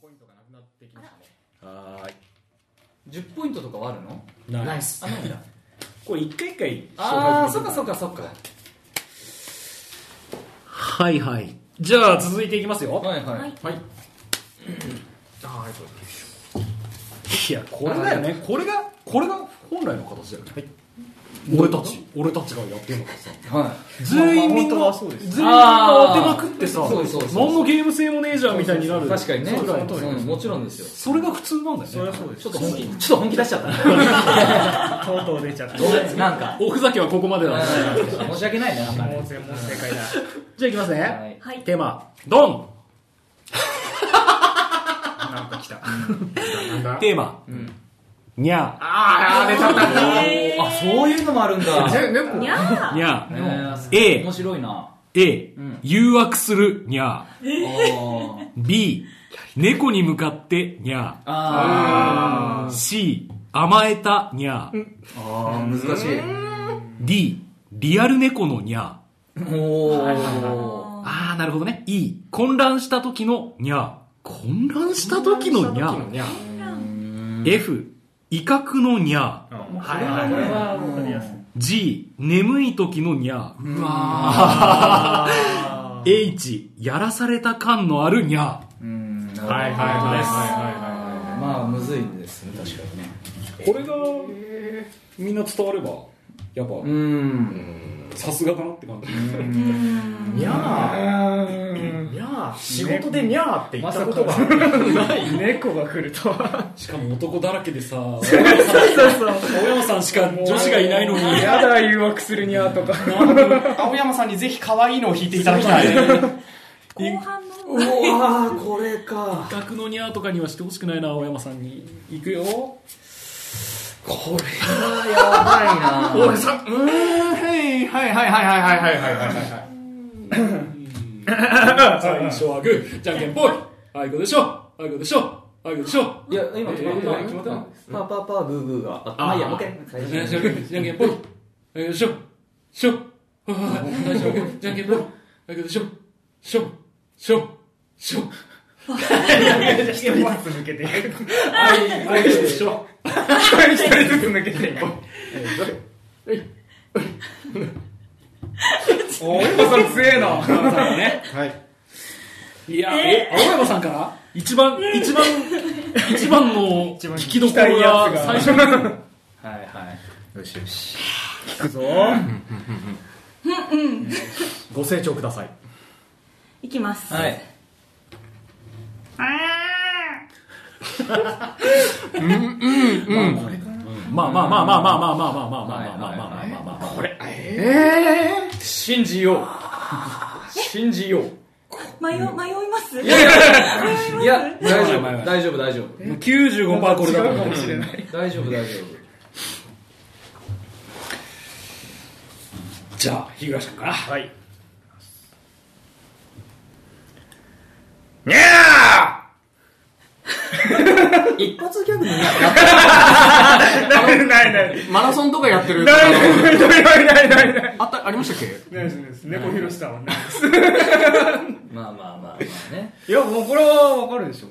ポイントがなくなってきましたねはーい10ポイントとかはあるのナイスあ、ないんだ。これ一回一回紹介あー、してそっいくかそっかそっか。はいはいじゃあ続いていきますよはいはい。はいはいあーありがとうございますいやこれだよねこれがこれが本来の形だよね、俺たち俺たちがやってるのからさは全員みんまあな本当はそうです全員が当てまくってさそうですそうです何のゲーム性もねえじゃんみたいになるい。確かにね。それらいのうんもちろんですよ。それが普通なんだよねそりゃそうですちょっと本気、ちょっと本気出しちゃったね。とうとう出ちゃったなんか。おふざけはここまでだ、申し訳ないね、なんかね。全問正解だじゃあいきますね、はいはいテーマドンなんか来たなんだテーマ、んにゃああ出ちゃったえーあ、そういうのもあるんだ。じゃあ猫にゃーにゃねええ面白いな。 A うん誘惑するにゃあー B 猫に向かってにゃあ C 甘えたにゃーあー、難しい。 D リアル猫のにゃおー。ああーなるほどね E 混乱した時のにゃ混乱した時のにゃにゃ F 威嚇のにゃうんはいはいこれははいもうわかりやすい G 眠い時のにゃうあわー H やらされた感のあるにゃうん、なるほどはいはいはいはいはいはまあ、むずいですね、確かにね。これがみんな伝わればやっぱうん。さすがかなって感じいにゃーにゃー仕事でにゃーって言ったことがない猫が来るとはしかも男だらけでさそうそう青山さんしか女子がいないのにやだ誘惑するにゃーとか 青山さんにぜひ可愛いのを弾いていただきたい。後半のうわー、これか。学のにゃーとかにはしてほしくないな青山さんに行くよこれはやばいな。さうーんはいはいはいはいはいはいはいはいはいはい最初はグーじゃんけんぽいああいうことでしょああいうことでしょああいうことでしょいや、今決まった。えー決まったのパーパーパーグーグーが。あまあいいや、もう一回。最初じゃんにけんじゃんけんぽいああいうことでしょしょああ大丈夫じゃんけんぽいああいうことでしょしょしょしょ一人ずつ抜けていくああいうことでしょ一人一人ずつ抜けていくおおそれ強えな青山さんがねはい。いや、え、青山さんから一番、一番、一番の聞きどころが最初に。はいはい。よしよし。聞くぞご清聴くださいいきます。はい。まあまあまあまあまあまあまあまあまあまあまあまあまあまあまあまあこれ、ええ信じよう。信じよう。迷い迷いますいやいやいや、迷います大丈夫、大丈夫、大丈夫。 95%これだと違う思かうも。しれない大丈夫、大丈じゃあ、東君から。はいにゃ夫。 一発ギャグになーないないないマラソンとかやってる。ないないないないないないあった、ありましたっけないです猫ひろしさんはないですまあまあまあまあね。いやもうこれはわかるでしょ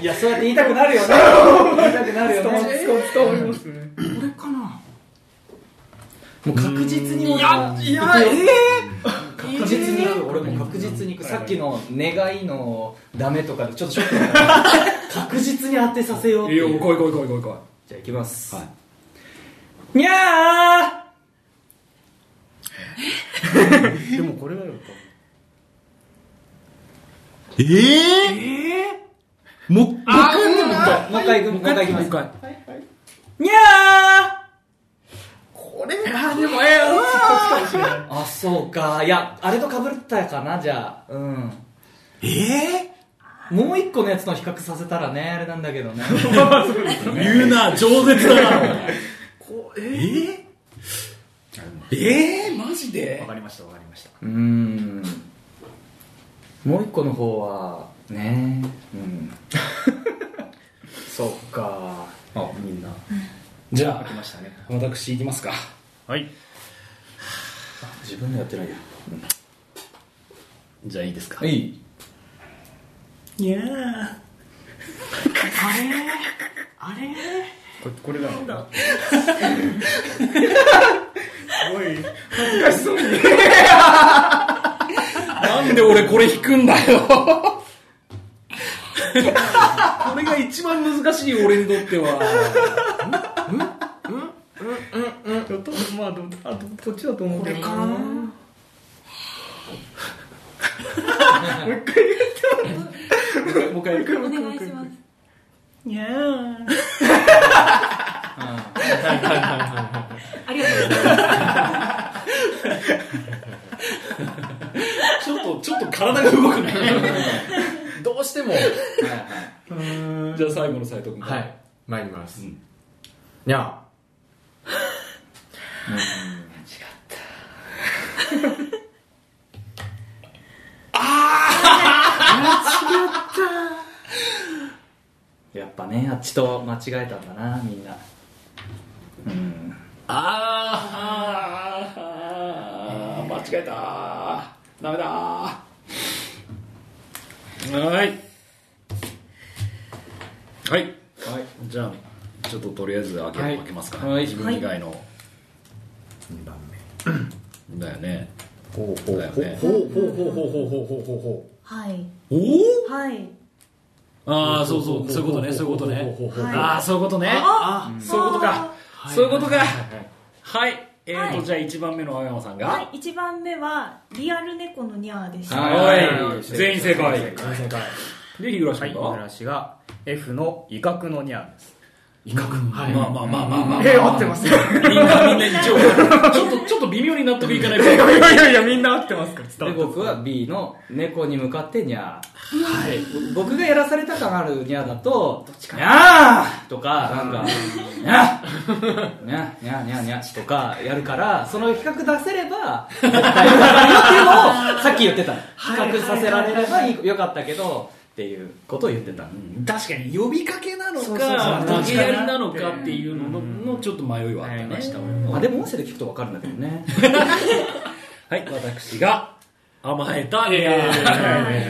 いや、そうやって言いたくなるよね。言いたくなるよね。伝わりますねこれかなもう確実に俺は。いや、確実にある。俺も確実に。さっきの願いのダメとかでちょっとショック だった確実に当てさせようっていいよ、い来うい来い来い来い来い。じゃあ行きます。はにゃでもこれだよええもう、もう一回やってみるーもう一回行く、もう一回行きます。にゃーこれはでも、えー、あ、そうか。いや、あれと被ったかな、じゃあ。うん。えもう一個のやつと比較させたらね、あれなんだけど ね。え言うな、饒舌だな。ええええマジでわかりましたわかりましたうーん。もう一個の方は、ねうん。そっか。あ、みんな。じゃあ、来ましたね。私、行きますか。はい自分でやってないや。じゃあ、いいですか。いい。にゃーあれここれだなんだすごい恥ずかしそうになんで俺これ弾くんだよ これが一番難しい俺にとっては多分まあでもあとこっちだと思うけどこれかなもう一回もう一回お願いしますにゃーありがとうございますちょっとちょっと体が動く ねどうしてもじゃあ最後の斎藤君からはい参ります、にゃやっぱねあっちと間違えたんだなみんなうんあーあー間違えたダメだはーいはいはいじゃあちょっととりあえず開け,、はい開けますか、はい自分以外の、 2番だよね目ほうだよねほうほうほうほうほうほうほうほうはいおおはいああそうそうそういうことねそういうことねほうほうほうほうほうほうはいああそういうことねあそういうことかいそういうことかははいいはいはいえーと、はいじゃあ一番目の青山さんが、はい一番目はリアル猫のニャーでしたははいはい全員正解正解で日暮は君い、が、五十嵐が F の威嚇のニャーです。威嚇はいまあまあまあまあまあ、えー合ってますみんなみんな一応ちょっとちょっと微妙に納得いかない部分いやいやいや、みんな合ってますから、で僕は B の猫に向かってニャー、はい、僕がやらされた感あるニャーだとどっちかニャーとかなんかニャーニャーニャーニャーニャーとかやるからその比較出せれば絶対良かったよっていうのをさっき言ってた比較させられればいいよかったけどっていうことを言ってた、確かに呼びかけなのそうそうそうか投げやりなのかっていうのののちょっと迷いはあった迷いねましたまあ、でも音声で聞くと分かるんだけどねはい私が甘えたニャ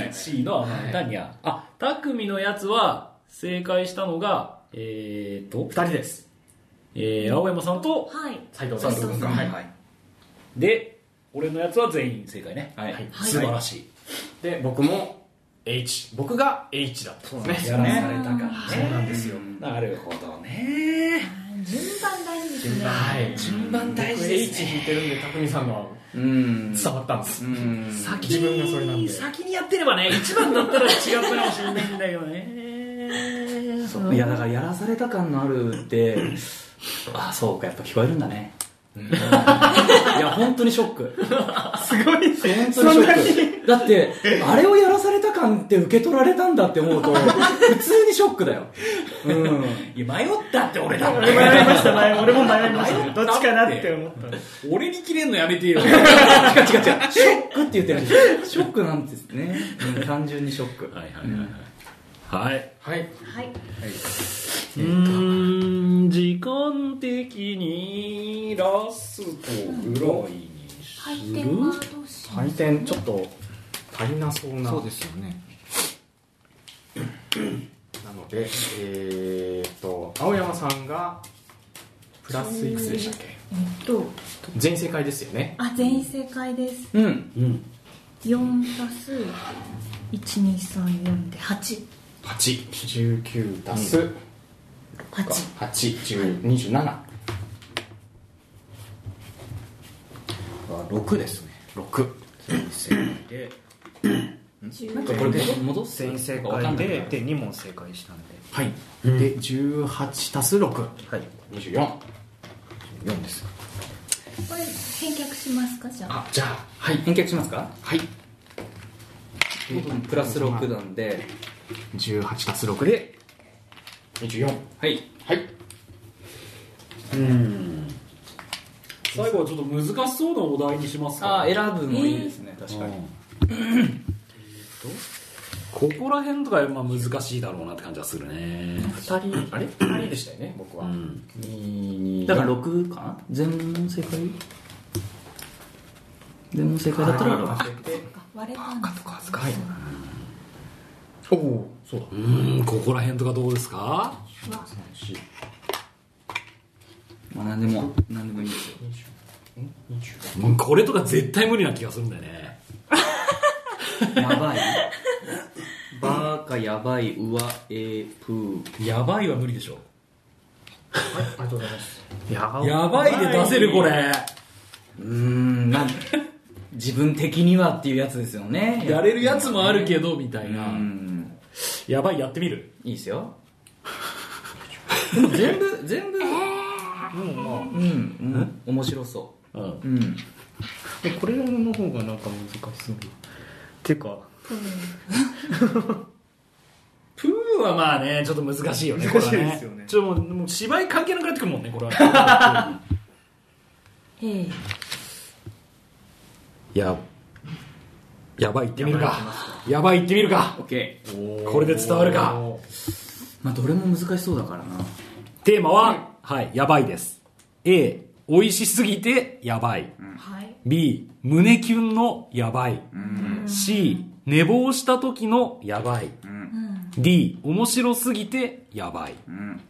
ー C の甘えたニャーあ匠のやつは正解したのがえーと二人です。えー青山さんとはい斉藤斉藤君がはいはで俺のやつは全員正解ねはい、素晴らしいで僕も H 僕が H だったんですねやらされたからねそうなんですよなるほどね順番大事ですねはい順番大事です H 引いてるんで匠さんのはうん伝わったんですうん先自分がそれなんで先にやってればね一番だったら違ったかもしれないんだけどね いやだからやらされた感のあるってああそうかやっぱ聞こえるんだねいや本当にショックすごい。本当にショックだってあれをやらされた感って受け取られたんだって思うと普通にショックだようんいや迷ったって俺だ俺も迷いました、迷い俺も迷いました。どっちかなって思った。俺に切れんのやめてよ違う違う違うショックって言ってるんでしょショックなんですね、うん単純にショックはいはいはいはいはいはいはいえーん時間的にラストぐらいに回転はどうしよう回転ちょっと足りなそうなすよね なのでえーっと青山さんがプラスいくつでしたっけえっと全員正解ですよねあ全員正解ですうんうん4足す1234で8 819足す8 8 27 6ですね6 10これ戻戻す全員正わ解かんないで、で、2問正解したんで。はいで18足す6はい。 24 4ですこれ返却しますかじゃああじゃあはい返却しますかはいプラス6なんで18足す6で24はいはい最後はちょっと難しそうなお題にしますあかあ選ぶのいいですね、確かにここら辺とかまあ難しいだろうなって感じはするね2人あれ2人でしたよね僕は、うん二だから6かな全問正解全問正解だったら6当てて割れたんですとかはいおおそうだうーんここら辺とかどうですかまあ何でも何でもいいですようんこれとか絶対無理な気がするんだよね やばいバーかやばいうわえプーやばいは無理でしょはいありがとうございますややばいで出せるこれうーんなん自分的にはっていうやつですよねやれるやつもあるけどみたいうなーやばいやってみるいいですよでも 全部全部うんうん、面白そうんううんでこれの方がなんか難しそうてかプーはまあねちょっと難しいよね難しいこれはですよねちょっともうもう芝居関係なくなってくるもんねこれはええ ややばい行ってみるかやばい行ってみるか OK これで伝わるかまあどれも難しそうだからなテーマは、はい、やばいです。A、美味しすぎてやばい。はい。 B、胸キュンのやばい。うん、 C、寝坊した時のやばい。うん。 D、面白すぎてやばい。うん、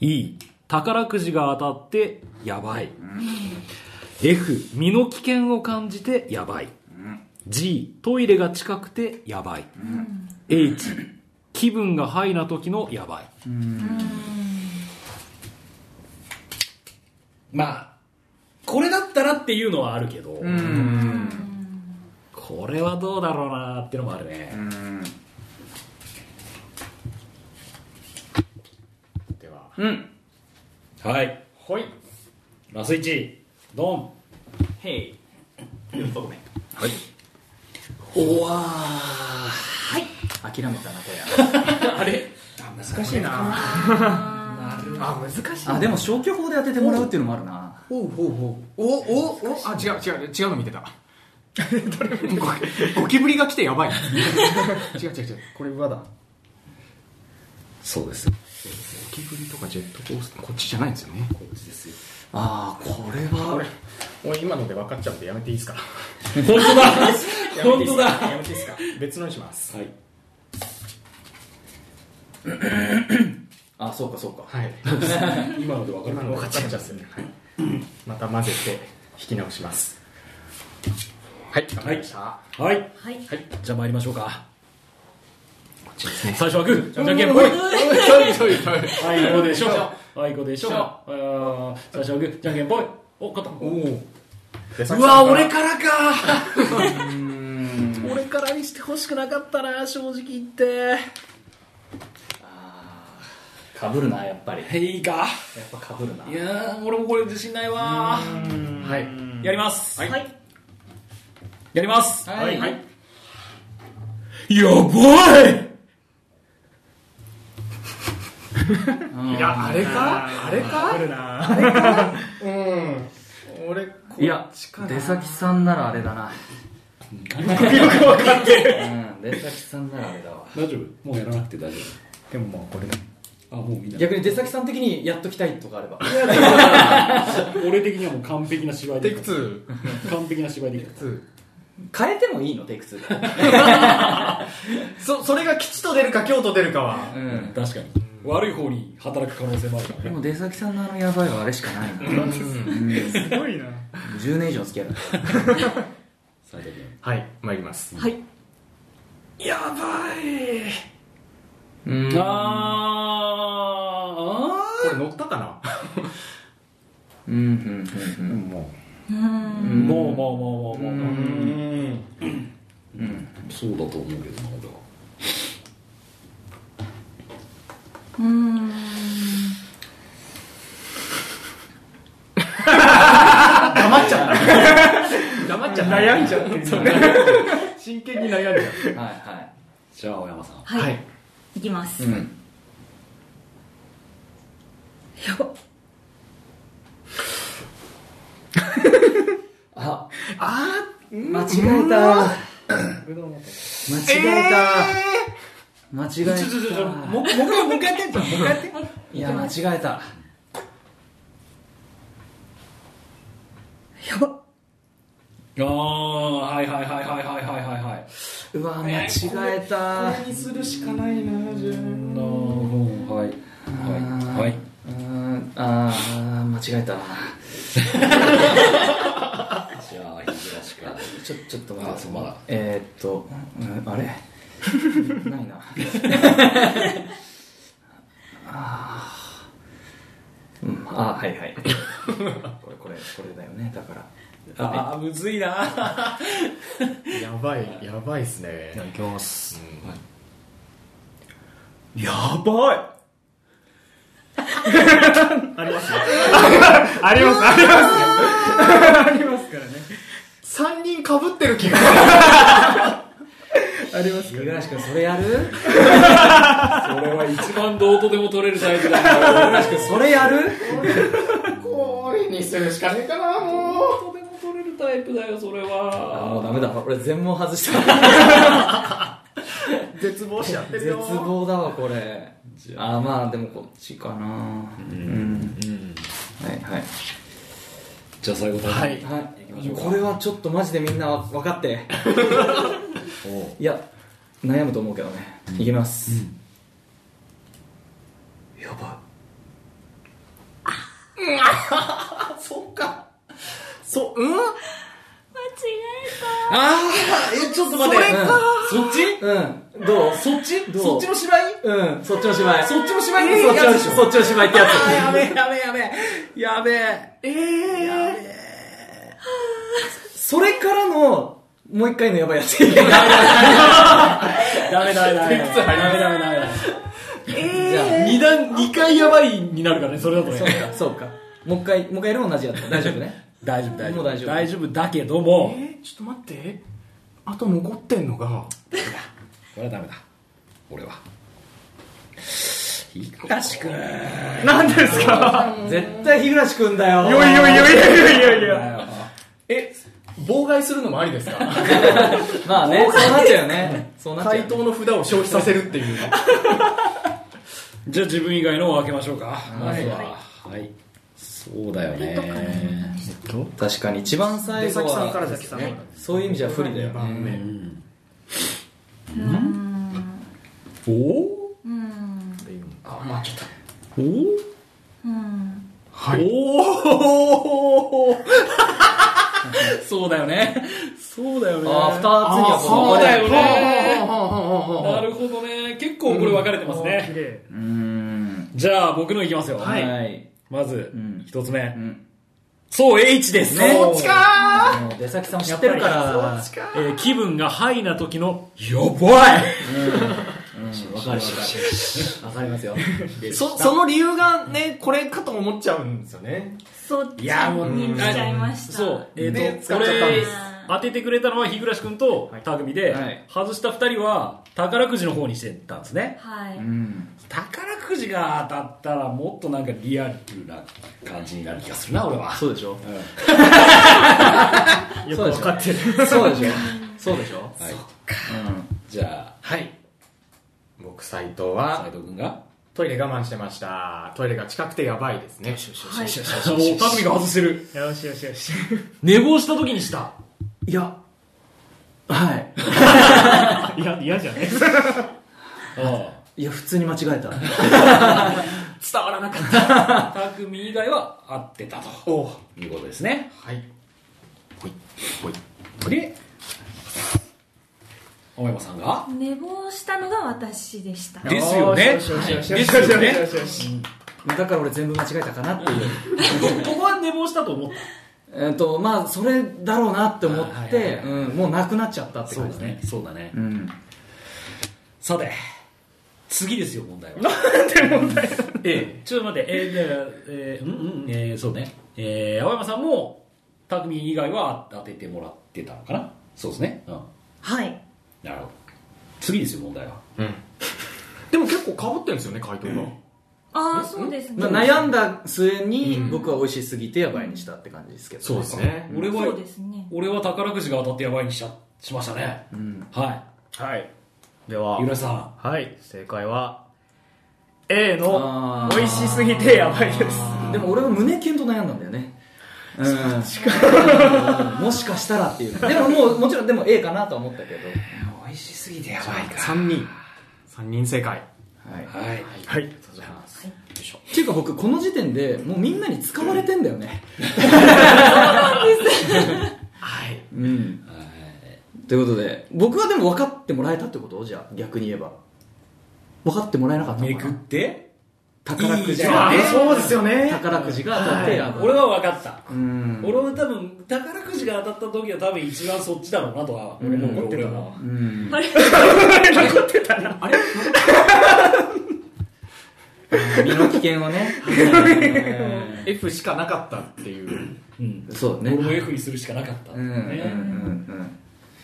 E、宝くじが当たってやばい。F、身の危険を感じてやばい。G、トイレが近くてやばい。H、気分がハイな時のやばい。まあ、これだったらっていうのはあるけど、これはどうだろうなっていうのもあるね。では、うん、はい。はいラスイチ、ドン。へいおわー。諦めたなこれ難しいなあ難しいあでも消去法で当ててもらうっていうのもあるなおうおうおおおあ違う違う違うの見てた ゴ キゴキブリが来てやばい違う違う違うこれ上だそうです。ゴキブリとかジェットコースターこっちじゃないんですよねああこれはもう今ので分かっちゃうんでやめていいですか 本当 だ本当だやめていいですか別のにしますはい。あそうかそうかはい今ので分かる今の分かっちゃったっすねはいまた混ぜて引き直しますはい頑張りました、はい。はい。じゃあ参りましょうか。最初はグー、じゃんけんぽい。はい、こうでしょ。はい、こうでしょ。あー最初はグー、じゃんけんぽい。お、勝った。うわ、俺からか。俺からにしてほしくなかったな、正直言って。かぶるなやっぱりやいいか。っぱかぶるないやー、俺もこれ自信ないわはいやります。はい。やります。はいはいやばいいやあれかあれかあるなうん俺いや出先さんならあれだなうん出先さんならあれだわ大丈夫もうやらなくて大丈でもまあこれだ夫。あ、もうみんな。 逆に出先さん的にやっときたいとかあれば俺的にはもう完璧な芝居テでイク2完璧な芝居できた変えてもいいのテイク2そそれが吉と出るか京と出るかはうん確かに悪い方に働く可能性もあるからでねも出先さんのあのやばいはあれしかないなすごいな10年以上付き合いだ最低限はい参りますはい。やばいうんあこれ乗ったかなうんうんうんうんもーうん。もうもうもうもううもんうそうだと思うけどな俺はうん。黙っちゃった悩んじゃって真剣に悩んじゃはいはじゃあ青山さんうははいい。いきます。いやんば。 ああ間違えた間違えた間違えたちょちょちょもうう一回もう一回やってもう一回やっていや間違えたやば。ああはいはいはいはいはいはいはいはいううわ間違えたこれにするしかないなじゃなるほどはいはいはいあーあー間違えたじゃあいじらしかちょちょっと待あそうまだえー、っと、うんあれ ない なあー、うん、あーはいはいこれこれこれだよねだからああむずいなやばいやばいっすねいきます。やばいありますねありますありますねありますからね3人かぶってる気が五十嵐君それやる俺は一番どうとでも取れるタイプだから五十嵐君それやるこれにするしかねえかなもどうとでも取れるタイプだよそれあーはもうダメだ俺全問外した 絶望しちゃってる絶よ望だわこれあーまあでもこっちかなうん、はいはいじゃあ最後ははいはい、これはちょっとマジでみんな分かって いや悩むと思うけどね、いきます、やばそううんあーえちょっと待ってそっちいうんどうそっちどうそっちの芝居うんそっちの芝居そっちの芝居そっちのやつそっちの芝居ってやあーやべえやべえやべえやべええつそれからのもう一回のやばいや つじダメダメダメダメダメダメダメダメゃ二段二回やばいになるからねそれだとあそうかそうかもう一回もう一回やる同じやつ大丈夫ね大丈夫大丈も夫う大丈夫大丈夫だけどもえーちょっと待ってあと残ってんのがこれはダメだ俺はひかしくん何ですか絶対日暮君だよよいよいよいよいよいよいよえ妨害するのもありですか まあねそうなっちゃうよねそうなっちゃう回答の札を消費させるっていうじゃあ自分以外のを開けましょうかまいずははいそうだよどっからね確かに一番最出後先さんからは出先さんからそういう意味じゃ不利だよ二番目おおうんあ負けたおうんおおそうだよねそうだよねああ、二つにはこそうだよねほうほうほうほうほうなるほどね結構これ分かれてます綺ね、麗うーん。じゃあ僕のいきますよ、はいはい。まずうん一つ目、んそう H ですねそうこっちあの出先さんも知ってるから、えー気分がハイな時のやばわかるわ かる。わかりますよ。そその理由がねこれかと思っちゃうんですよねそっちいいやもうに来ちゃいましたそうえっ、でと使こっちゃったんれです当ててくれたのは日暮君とたくみで、はい外した二人は宝くじの方にしてたんですねはい、うん。宝くじが当たったらもっとなんかリアルな感じになる気がするな俺はそうでし ょよくそうでわしょかってるそうでしょそうでしょはい、うん。じゃあはい僕斎藤は斉藤君がトイレ我慢してましたトイレが近くてやばいですねよしよしはい、おたくみが外してるよしよしよし寝坊した時にしたいや。はい。嫌嫌じゃねいや、普通に間違えた。伝わらなかった 匠以外は合ってたということですねはいほい、ほい。で青山さんが寝坊したのが私でしたですよねよしよしよしよですしよよしねよしよしだから俺全部間違えたかなっていう。 ここは寝坊したと思ったえっと、まあ、それだろうなって思っはいて、はいうん、もうなくなっちゃったって感じだね。そうだねうん。さて次ですよ問題は なんで問題 ええちょっと待ってえー、じゃあえーうんうんえー、そうねえー、青山さんも匠以外は当ててもらってたのかなそうですねうんはいなるほど次ですよ問題はでも結構かぶってるんですよね回答がああそうですねまあ悩んだ末にうん僕は美味しすぎてやばいにしたって感じですけど、そうですね俺はそうですね俺は宝くじが当たってやばいにしちゃしましたね、はいはいではゆらさんはい正解は A のあー美味しすぎてやばいですでも俺は胸キュンと悩んだんだよねうん、もしかしたらっていうでももうもちろんでも A かなとは思ったけど美味愛しすぎてやばいか3人3人正解はいはいはいよっていうか僕この時点でもうみんなに使われてんだよねはいうんということで僕はでも分かってもらえたってことじゃあ逆に言えば分かってもらえなかっためのかくっなて宝くじいいじゃがんあそうですよね宝くじが当たってやばい俺は分かったうん俺は多分宝くじが当たった時は多分一番そっちだろうなとは俺も思ってたうなんあれあれ身の危険をね F しかなかったっていううんそうだ俺もね F にするしかなかったうんうんうんねうん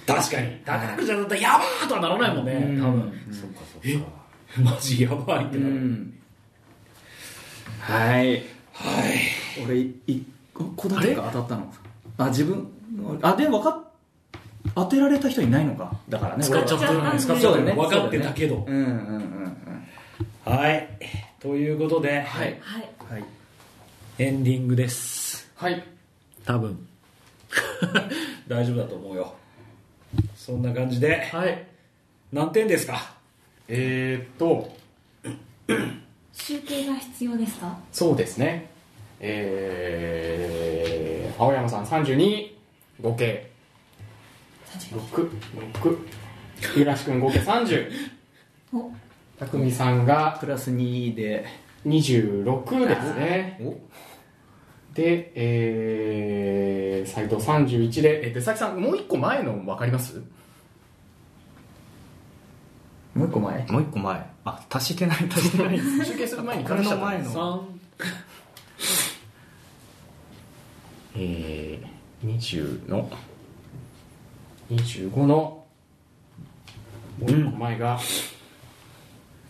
確かに宝くじ当たったらやばーとはならないもんね多分そうかそうえマジやばいってうなるんはいはい俺いい個だけが当たったのあ自分あで分かっ当てられた人いないのかだからね使っちゃってるね使っちゃそっうてだねる分かってたけどうんうんうんはいということではいはいうんはいエンディングですはい多分 大丈夫だと思うよそんな感じではい何点ですかえー、っと集計が必要ですかそうですねえー、青山さん32合計66浦志君合計30 お匠さんがプラス2で26ですねでえー、斎藤31でえ出先さんもう一個前の分かりますもう一個前もう一個前あ足してない足してない集計する前に彼の前3えー、20の25のもう一個前が、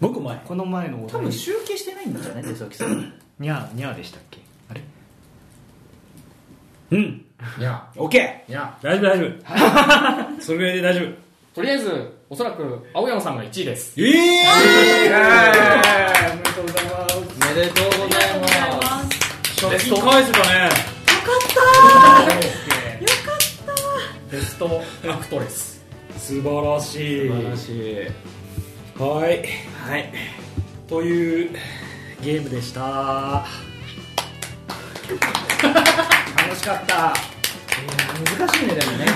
僕前この前 の多分集計してないんだよね手先さんにゃーにゃーでしたっけあれうんいや OK いや大丈夫大丈夫 それぐらいで大丈夫とりあえずおそらく青山さんが1位ですええおめでとうございますおめでとうあごりがざとうございいますます賞金返せたねベストアクトレス素晴らしい素晴らしいはいはいというゲームでした楽しかった難しいねでもね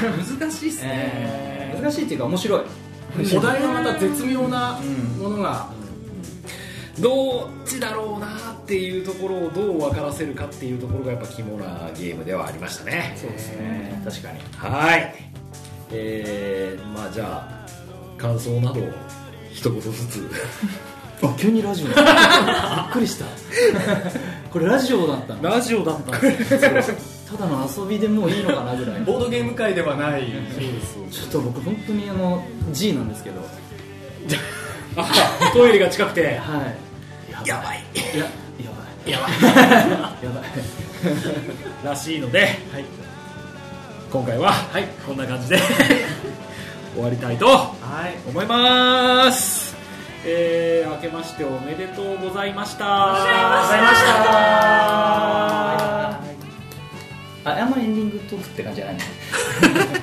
難しいっすえー難しいっていうか面白いお題がまた絶妙なものが、どっちだろうなっていうところをどう分からせるかっていうところがやっぱ肝なゲームではありましたねそうですね確かにはいえー、まあじゃあ感想などを一言ずつあ急にラ ジオびっくり したこれラジオだったの ラジオだったんですよただの遊びでもういいのかなぐらいボードゲーム界ではないちょっと僕本当にあの G なんですけどあトイレが近くてはいやばいいややばいやばいやばい らしいので、今回は、こんな感じ で終わりたいと思います、えー、明けましておめでとうございましたおめでとうございましたしたああんまエンディングトークって感じじゃないの